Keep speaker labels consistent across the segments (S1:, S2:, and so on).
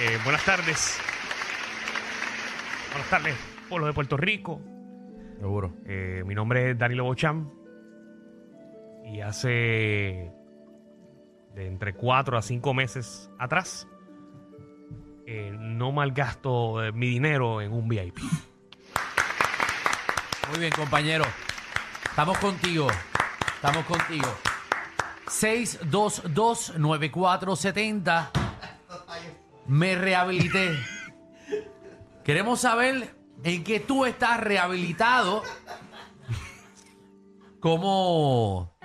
S1: Eh, buenas tardes. Buenas tardes, pueblo de Puerto Rico.
S2: Seguro.
S1: Eh, mi nombre es Danilo Bocham. Y hace de entre 4 a 5 meses atrás, eh, no malgasto eh, mi dinero en un VIP.
S2: Muy bien, compañero. Estamos contigo. Estamos contigo. 622-9470. Me rehabilité. Queremos saber en qué tú estás rehabilitado. ¿Cómo?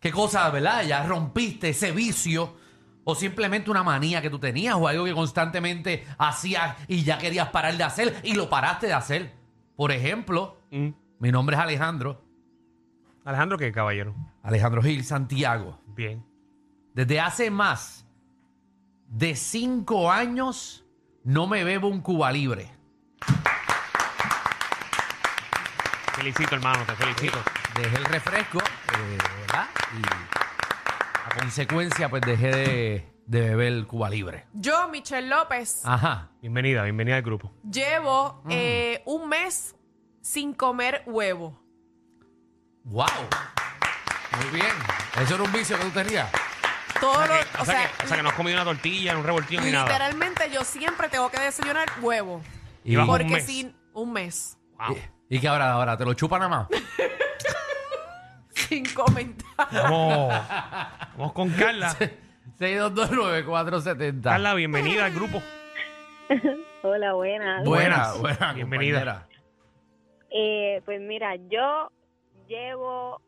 S2: ¿Qué cosa, verdad? ¿Ya rompiste ese vicio? ¿O simplemente una manía que tú tenías? ¿O algo que constantemente hacías y ya querías parar de hacer y lo paraste de hacer? Por ejemplo, mi nombre es Alejandro.
S1: Alejandro, ¿qué caballero?
S2: Alejandro Gil Santiago.
S1: Bien.
S2: Desde hace más de cinco años no me bebo un Cuba Libre.
S1: Felicito, hermano, te felicito.
S2: Dejé el refresco, eh, ¿verdad? Y a consecuencia, pues dejé de, de beber Cuba Libre.
S3: Yo, Michelle López,
S1: Ah.
S2: Ajá.
S1: Bienvenida, bienvenida al grupo.
S3: llevo
S1: Mm.
S3: eh, un mes sin comer huevo.
S2: ¡Wow! Muy bien. Eso era un vicio que tú tenías.
S3: Todo lo-
S1: Que- Eh, o, sea, que, o sea que no has comido una tortilla, un revoltillo ni nada.
S3: literalmente yo siempre tengo que desayunar huevo.
S2: Y,
S1: Iba-
S3: porque
S1: un mes.
S3: sin un mes.
S1: Wow.
S2: y, y que ahora, ahora, te lo chupan nada más.
S3: Sin comentar.
S1: Vamos, vamos con Carla.
S2: 6229470.
S1: Carla, bienvenida al grupo.
S4: Hola, buenas.
S2: Buena, buena.
S1: Bienvenida.
S2: compañera.
S4: Eh, pues mira, yo llevo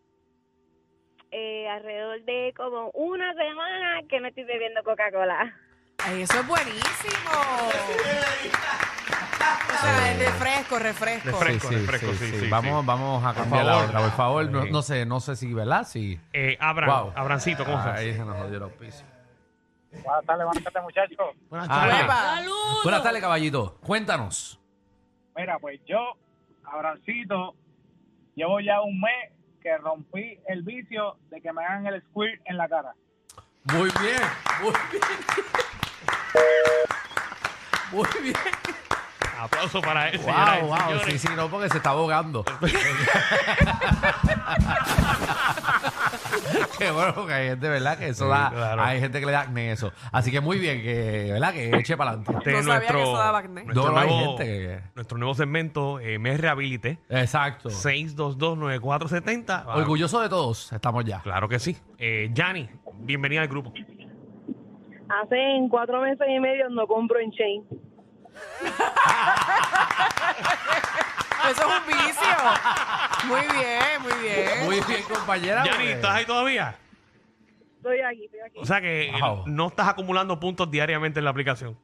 S4: eh, alrededor de como una semana que no estoy bebiendo Coca-Cola.
S3: Ay, eso es buenísimo. O sea, el refresco, refresco.
S1: Refresco. refresco, sí, sí,
S2: Vamos,
S1: sí.
S2: vamos a cambiar la
S1: favor.
S2: otra, por favor. No,
S1: Sí.
S2: no sé, no sé si, ¿verdad? Sí.
S1: Eh, Abran,
S2: Wow.
S1: Abrancito, ¿cómo estás?
S2: Ahí se nos jodió el auspicio.
S5: Buenas tardes, buenas tardes, muchachos.
S1: Buenas
S2: Ah,
S1: tardes.
S3: Hueva.
S2: Buenas tardes, caballito. Cuéntanos.
S5: Mira, pues yo, Abrancito, llevo ya un mes que rompí el vicio de que me hagan el squirt en la cara.
S2: Muy bien, muy bien. Muy bien.
S1: Aplauso para él, señoras y
S2: Wow, wow. Sí,
S1: señores.
S2: sí, no, porque se está ahogando. Qué bueno, porque hay gente, ¿verdad? Que eso
S1: Sí,
S2: da.
S1: claro.
S2: Hay gente que le da acné eso. Así que muy bien, que, ¿verdad? Que eche para adelante.
S1: Este es
S3: No sabía que eso daba acné.
S1: nuestro
S2: No, no hay
S1: nuevo,
S2: gente que-
S1: nuestro nuevo segmento, eh, Me Rehabilité,
S2: Exacto.
S1: 6229470. Ah,
S2: Orgulloso de todos, estamos ya.
S1: Claro que sí. Eh, Yanni, bienvenida al grupo.
S4: Hace cuatro meses y medio no compro en Chain.
S3: Eso es un vicio. Muy bien, muy bien.
S2: Muy bien, compañera. pues.
S1: Yanni,
S2: porque-
S1: ¿estás ahí todavía?
S4: Estoy aquí, estoy aquí.
S1: O sea que eh,
S2: Wow.
S1: no estás acumulando puntos diariamente en la aplicación.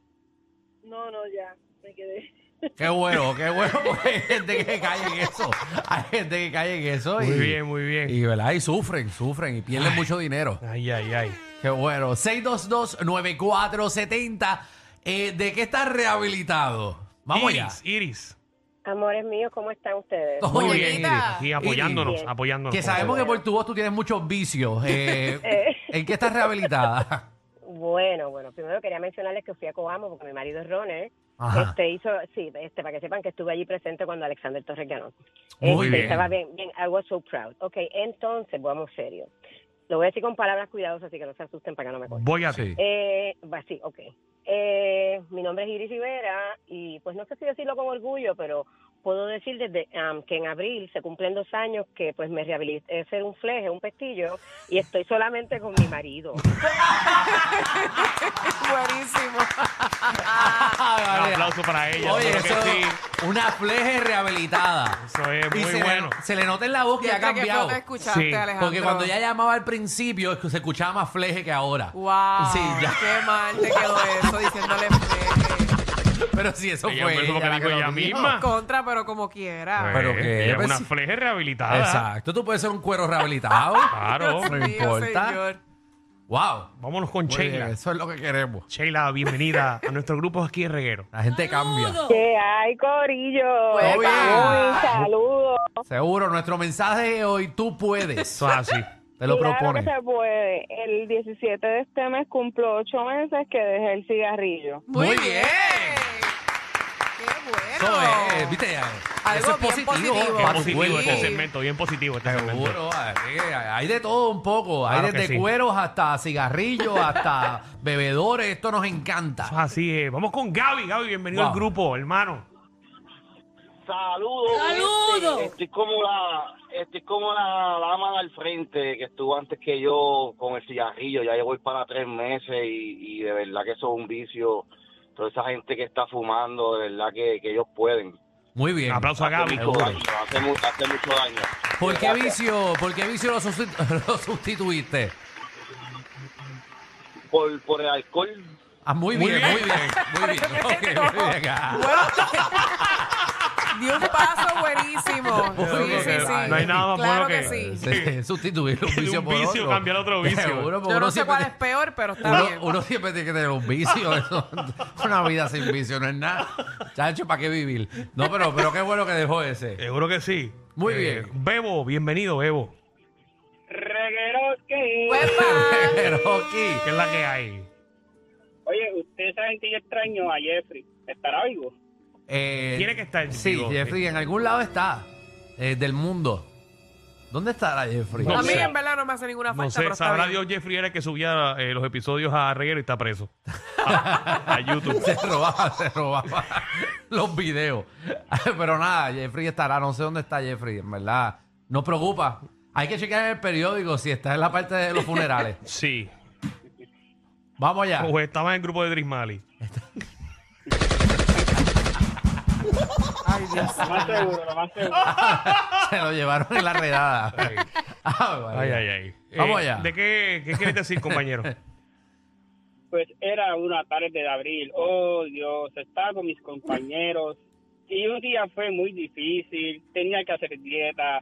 S4: No, no, ya, me quedé.
S2: Qué bueno, qué bueno, porque hay gente que cae en eso. Hay gente que cae en eso.
S1: Muy
S2: y,
S1: bien, muy bien.
S2: Y, ¿verdad? y sufren, sufren y pierden mucho dinero.
S1: Ay, ay, ay.
S2: Qué bueno. 622-9470. Eh, ¿De qué estás rehabilitado? Vamos ya.
S1: Iris, Iris.
S4: Amores míos, ¿cómo están ustedes?
S1: Oh.
S2: Muy
S3: Oye,
S2: bien,
S3: Anita.
S2: Iris.
S1: Aquí apoyándonos,
S4: Iris.
S1: apoyándonos.
S2: Que sabemos que por tu voz tú tienes muchos vicios. Eh,
S4: Eh.
S2: ¿En qué estás rehabilitada?
S4: Bueno, bueno, primero quería mencionarles que fui a Coamo porque mi marido es runner.
S2: Ajá.
S4: Este hizo, sí, este, para que sepan que estuve allí presente cuando Alexander Torres ganó.
S2: Muy
S4: Este,
S2: bien.
S4: Estaba bien, bien, I was so proud. Ok, entonces, vamos serio. Lo voy a decir con palabras cuidadosas, así que no se asusten para que no me corten.
S1: Voy a ti.
S2: Sí.
S4: Eh, va, sí, ok. Eh, mi nombre es Iris Rivera y pues no sé si decirlo con orgullo, pero puedo decir desde am, que en abril se cumplen dos años que pues me rehabilité ser un fleje, un pestillo y estoy solamente con mi marido.
S3: Buenísimo.
S1: Un aplauso para ella.
S2: Oye,
S1: seguro que
S2: eso,
S1: sí.
S2: Una fleje rehabilitada.
S1: Eso es
S2: Y
S1: muy
S2: se le-
S1: bueno.
S2: se le nota en la voz que ha
S3: Fíjate que
S2: cambiado.
S3: fue que escuchaste,
S1: Sí,
S3: Alejandro.
S2: Porque cuando ella llamaba al principio es que se escuchaba más fleje que ahora.
S3: Wow,
S2: Sí, ya.
S3: qué mal te quedó eso diciéndole fleje.
S2: Pero sí, eso
S1: Ella
S2: fue.
S1: fue lo que
S2: la
S1: dijo
S2: lo
S1: ella
S2: dijo.
S1: misma. Ma.
S3: Contra, pero como quiera.
S2: Pero que-
S1: Ella es
S2: pues
S1: una
S2: sí.
S1: fleje rehabilitada.
S2: Exacto. Tú puedes ser un cuero rehabilitado.
S1: Claro.
S3: Dios
S2: no
S3: mío,
S2: importa.
S3: señor.
S2: wow.
S1: Vámonos con
S2: Muy bien,
S1: Sheila.
S2: Eso es lo que queremos.
S1: Sheila, bienvenida a nuestro grupo aquí de reguero.
S2: La gente cambia.
S4: ¿Qué hay, Corillo?
S3: Pues,
S4: Uy,
S2: bien.
S4: saludos.
S2: Seguro, nuestro mensaje de hoy, tú puedes.
S1: Eso es así.
S2: Te lo
S4: Claro
S2: propones.
S4: que se puede. El 17 de este mes cumplo ocho meses que dejé el cigarrillo.
S3: Muy,
S2: Muy
S3: bien.
S2: bien.
S3: Qué
S2: Eso
S3: bueno.
S2: es, viste, eh, eso
S3: Algo
S2: es
S3: bien
S2: positivo.
S3: positivo.
S1: Bien
S2: para tu
S1: positivo
S2: cuerpo.
S1: este segmento, bien positivo este segmento.
S2: Seguro, así que hay de todo un poco. hay
S1: Claro que
S2: desde
S1: sí.
S2: cueros hasta cigarrillos, hasta bebedores. Esto nos
S1: Eso
S2: encanta.
S1: es así es. Vamos con Gaby. Gaby, bienvenido
S2: Wow.
S1: al grupo, hermano.
S6: Saludos. Este, Estoy como la, estoy Este, como la dama al frente que estuvo antes que yo con el cigarrillo. Ya llevo para tres meses y, y de verdad que eso es un vicio. Toda esa gente que está fumando, de verdad que, que ellos pueden.
S2: Muy bien.
S1: Un aplauso a Gaby.
S6: Hace mucho
S2: Seguro.
S6: daño. Hace, mu- hace mucho daño.
S2: ¿Por qué
S6: Gracias.
S2: vicio, por qué vicio lo, sustitu- lo sustituiste?
S6: Por, por el alcohol.
S2: Ah, muy,
S1: Muy
S2: bien,
S1: bien.
S2: muy bien, muy bien. Ok, muy bien. Ah,
S3: Bueno, dio un paso buenísimo. Sí,
S2: Ok,
S3: sí, sí.
S2: no hay
S1: nada más
S3: claro
S1: bueno que-
S3: sí.
S2: se- Sustituir un
S1: De un
S2: vicio por
S1: vicio
S2: otro.
S1: cambiar a otro vicio.
S2: Seguro, porque
S3: Yo no
S2: uno
S3: sé cuál es
S2: siempre,
S3: peor, pero está
S2: uno,
S3: bien.
S2: uno siempre tiene que tener un vicio. eso. Una vida sin vicio no es nada. Chacho, ¿para qué vivir? No, pero, pero qué bueno que dejó ese.
S1: Seguro que sí. Eh,
S2: Muy bien.
S1: Bebo, bienvenido, Bebo.
S5: Regueros que...
S3: Pues, ¡Uepa!
S2: Rocky.
S1: ¿Qué es la que hay?
S5: Oye, ustedes saben que yo extraño a Jeffrey. ¿Estará vivo?
S2: Eh,
S1: Tiene que estar
S2: Sí,
S1: vivo.
S2: Jeffrey, en algún lado está. eh, del mundo. ¿Dónde estará Jeffrey?
S1: No
S3: a mí
S1: sé.
S3: en verdad no me hace ninguna falta,
S1: No
S3: pero
S1: sé,
S3: está
S1: sabrá
S3: bien.
S1: Dios Jeffrey era el que subía eh, los episodios a Reguero y está preso. A, a YouTube.
S2: Se robaba, se robaba los videos. Pero nada, Jeffrey estará. No sé dónde está Jeffrey, en verdad. No preocupa. Hay que chequear en el periódico si está en la parte de los funerales.
S1: Sí.
S2: Vamos allá.
S1: O estaba en el grupo de Drismali.
S3: Ay, Dios.
S5: Lo más seguro, lo más seguro.
S2: Se lo llevaron en la redada. Ah, Ay,
S1: Ay,
S2: María.
S1: ay, ay.
S2: Vamos
S1: Eh,
S2: allá.
S1: ¿De qué, qué quieres decir, compañero?
S5: Pues era una tarde de abril. Oh, Dios, estaba con mis compañeros. Y un día fue muy difícil. Tenía que hacer dieta.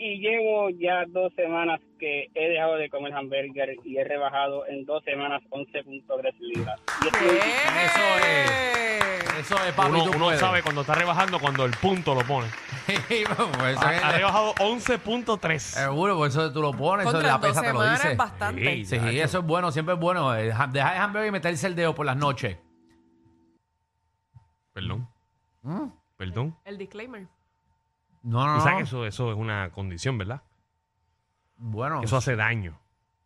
S5: Y llevo ya dos semanas que he dejado de comer hamburger y he rebajado en dos semanas 11.3 libras. Y es muy difícil.
S3: ¡Bien!
S2: Eso es. Eso es, papi,
S1: uno
S2: tú
S1: uno
S2: puedes.
S1: sabe cuando está rebajando cuando el punto lo pone.
S2: Por eso
S1: Ha,
S2: es-
S1: ha rebajado 11.3.
S2: Seguro, por eso tú lo pones. Eso en la
S3: Contra en dos
S2: pesa te lo
S3: semanas
S2: dice.
S3: es bastante.
S1: Sí.
S2: Sí,
S1: Exacto.
S2: eso es bueno, siempre es bueno. Eh, ja- Dejar el hamburger y meterse el dedo por las noches.
S1: Perdón. Perdón.
S3: El disclaimer.
S2: ¿Mm? No, no,
S1: Tú sabes
S2: no.
S1: que eso, eso es una condición, ¿verdad?
S2: Bueno,
S1: Eso hace daño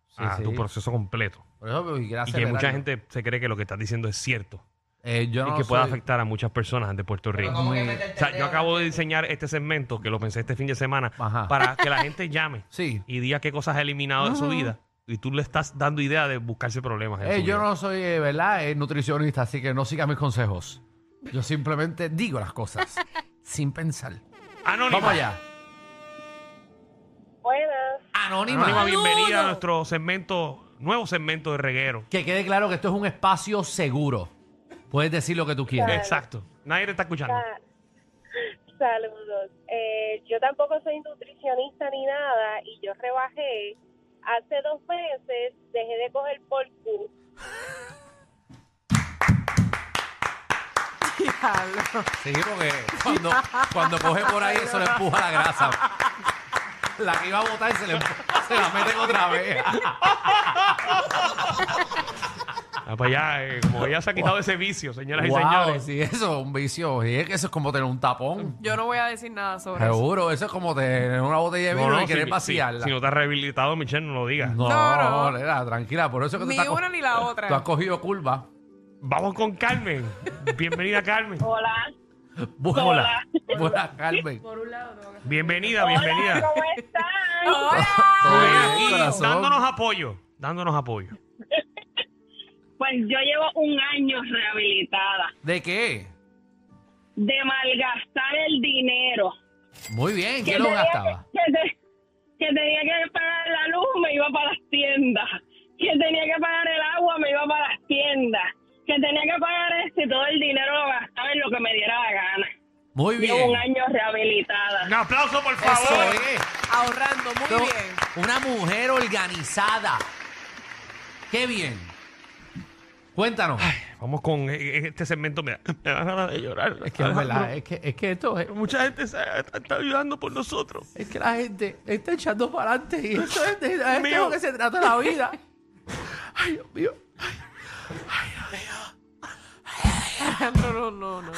S2: sí,
S1: a
S2: sí.
S1: tu proceso completo.
S2: Por eso, pues, si quieres
S1: Y que
S2: acelerar-
S1: mucha gente se cree que lo que estás diciendo es cierto.
S2: Eh, yo
S1: y
S2: no
S1: que pueda
S2: soy-
S1: afectar a muchas personas de Puerto Rico.
S2: ¿cómo que
S1: O sea, yo acabo de diseñar este segmento que lo pensé este fin de semana
S2: Ajá.
S1: para que la gente llame
S2: Sí.
S1: y diga qué cosas ha eliminado de su vida. Y tú le estás dando idea de buscarse problemas. en
S2: Eh,
S1: su
S2: yo
S1: vida.
S2: no soy, eh, ¿verdad? Eh, nutricionista, así que no siga mis consejos. Yo simplemente digo las cosas sin pensar.
S1: Anónima.
S2: Vamos allá.
S4: Buenas.
S2: Anónima.
S1: Anónima, bienvenida a nuestro segmento, nuevo segmento de reguero.
S2: Que quede claro que esto es un espacio seguro. Puedes decir lo que tú quieras.
S1: Exacto. Nadie te está escuchando.
S4: Sa- Saludos. Eh, yo tampoco soy nutricionista ni nada y yo rebajé. Hace dos meses dejé de coger por Q.
S3: Diablo.
S2: Sí, porque cuando, cuando coge por ahí eso le empuja la grasa. La que iba a botar se, le empu- se la meten otra vez.
S1: Ah, pues ya, eh, como ella se ha quitado ese vicio, señoras
S2: Wow,
S1: y señores.
S2: sí, eso es un vicio. Y es que eso es como tener un tapón.
S3: Yo no voy a decir nada sobre eso.
S2: Seguro, eso es como tener una botella de
S1: No,
S2: vino
S1: no,
S2: y querer
S1: si,
S2: vaciarla.
S1: Si, si no te has rehabilitado, Michelle, no lo digas.
S2: no,
S3: No, no.
S2: nena, tranquila, por eso es que
S3: Ni
S2: tú, estás co-
S3: una ni la otra.
S2: tú has cogido curva.
S1: Vamos con Carmen. Bienvenida, Carmen.
S4: Hola.
S2: Hola. Hola, Carmen.
S3: Por un lado tengo que...
S1: Bienvenida, bienvenida.
S4: ¿Cómo están?
S3: ¡Hola!
S2: Todo bien,
S1: Ven aquí,
S2: corazón.
S1: dándonos apoyo. Dándonos apoyo.
S4: Pues yo llevo un año rehabilitada.
S2: ¿De qué?
S4: de malgastar el dinero.
S2: Muy bien, ¿qué
S4: Que
S2: lo
S4: tenía
S2: gastaba?
S4: Que, que te- que tenía que pagar la luz, me iba para las tiendas. Que tenía que pagar el agua, me iba para las tiendas. Que tenía que pagar esto y todo el dinero lo gastaba en lo que me diera la gana.
S2: Muy
S4: Llevo un
S2: bien.
S4: año rehabilitada.
S1: Un aplauso, por
S2: Eso
S1: favor.
S2: es.
S3: Ahorrando, muy
S2: Esto-
S3: bien.
S2: Una mujer organizada. Qué bien. Cuéntanos.
S1: Vamos con eh, este segmento. Me, da- me dan ganas de llorar. Ah,
S2: es que es verdad, eh. es que, es que esto es,
S1: Mucha gente se- está ayudando por nosotros.
S2: es que la gente está echando para adelante y esto es de, esto es
S1: Mío.
S2: lo que se trata la vida. Ay, Dios mío.
S3: No, no, no, no.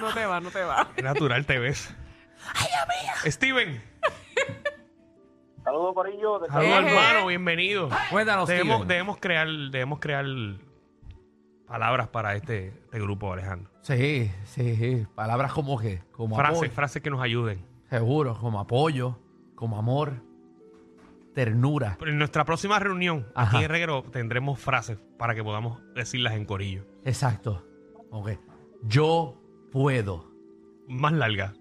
S3: No te va, no te va.
S1: Qué natural te ves. Steven,
S6: Saludos, Corillo. Te
S1: saludos
S3: Ejé.
S1: hermano, bienvenido.
S2: Cuéntanos,
S1: Debemos,
S2: Steven.
S1: debemos crear, debemos crear palabras para este, este grupo, Alejandro.
S2: Sí, sí, sí. Palabras como que, como
S1: Frases,
S2: apoyo.
S1: frases que nos ayuden.
S2: Seguro, como apoyo, como amor, ternura.
S1: Pero en nuestra próxima reunión,
S2: Ajá.
S1: aquí en Reguero, tendremos frases para que podamos decirlas en corillo.
S2: Exacto. Ok. Yo puedo.
S1: Más larga.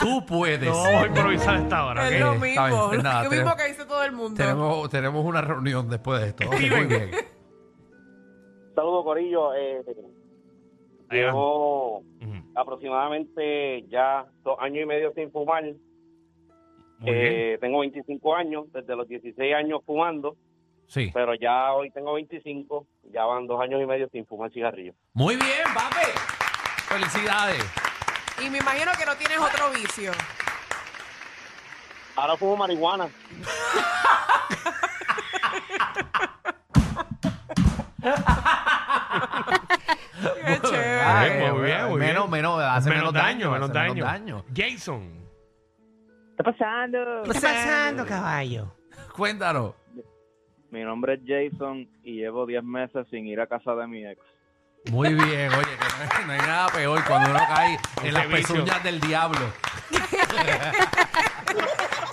S2: Tú puedes.
S1: No vamos a improvisar esta hora.
S3: Es
S1: ¿ok?
S3: lo
S2: está
S3: mismo.
S2: bien, pues
S3: lo
S2: nada,
S3: mismo
S2: tenemos-
S3: que dice todo el mundo.
S2: Tenemos, tenemos una reunión después de esto. Ok,
S1: Steven.
S2: muy bien.
S6: Saludos, Corillo. Eh,
S1: Ahí va.
S6: llevo
S1: Ujú.
S6: aproximadamente ya dos años y medio sin fumar.
S1: Muy bien.
S6: Eh, tengo 25 años, desde los 16 años fumando,
S2: Sí.
S6: pero ya hoy tengo 25, ya van dos años y medio sin fumar cigarrillo.
S2: Muy bien, papi. Felicidades.
S3: Y me imagino que no tienes otro vicio.
S6: Ahora fumo marihuana.
S3: Qué chévere.
S1: Muy bien, muy bien, muy bien.
S2: Menos, menos, hace menos, daño,
S1: menos
S2: hace
S1: daño.
S2: menos daño.
S1: Jason.
S7: está pasando?
S3: ¿Qué está pasando,
S1: caballo?
S2: Cuéntanos.
S8: Mi nombre es Jason y llevo 10 meses sin ir a casa de mi ex.
S2: Muy bien, oye, que no hay, no hay nada peor cuando uno cae en
S1: Ese
S2: las
S1: vicio.
S2: pezuñas del diablo.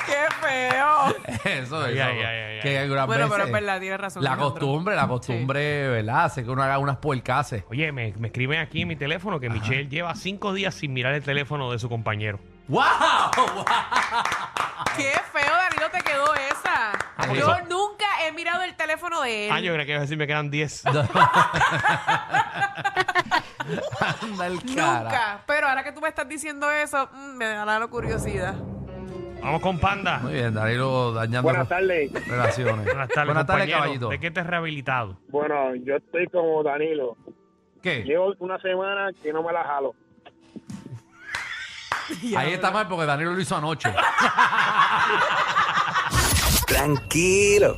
S3: Qué feo.
S2: Eso
S1: Ay,
S2: es.
S1: ay, ay, ay,
S2: que
S1: ay.
S2: algunas
S3: Bueno, pero es
S2: veces
S3: verdad, tienes razón.
S2: La
S3: Alejandro.
S2: costumbre, la costumbre, ¿verdad? Hace que uno haga unas puercaces.
S1: Oye, me, me escriben aquí en mi teléfono que Michelle lleva cinco días sin mirar el teléfono de su compañero.
S2: ¡Wow!
S3: Qué feo, Danilo, te quedó esa.
S2: Ah,
S1: por
S3: Yo
S1: eso.
S3: nunca he mirado el teléfono de él.
S1: Ah, yo creo que iba a decir me quedan diez.
S2: Anda el cara.
S3: Nunca. Pero ahora que tú me estás diciendo eso, mm, me da la curiosidad.
S1: Vamos con Panda.
S2: Muy bien, Danilo dañando
S5: Buenas tardes.
S2: re- relaciones.
S1: Buenas tardes,
S2: Buenas tardes,
S1: compañero.
S2: caballito.
S1: ¿De qué te has rehabilitado?
S5: Bueno, yo estoy como Danilo.
S2: ¿Qué?
S5: Llevo una semana que no me la jalo.
S2: Ahí está mal porque Danilo lo hizo anoche.
S9: Tranquilo,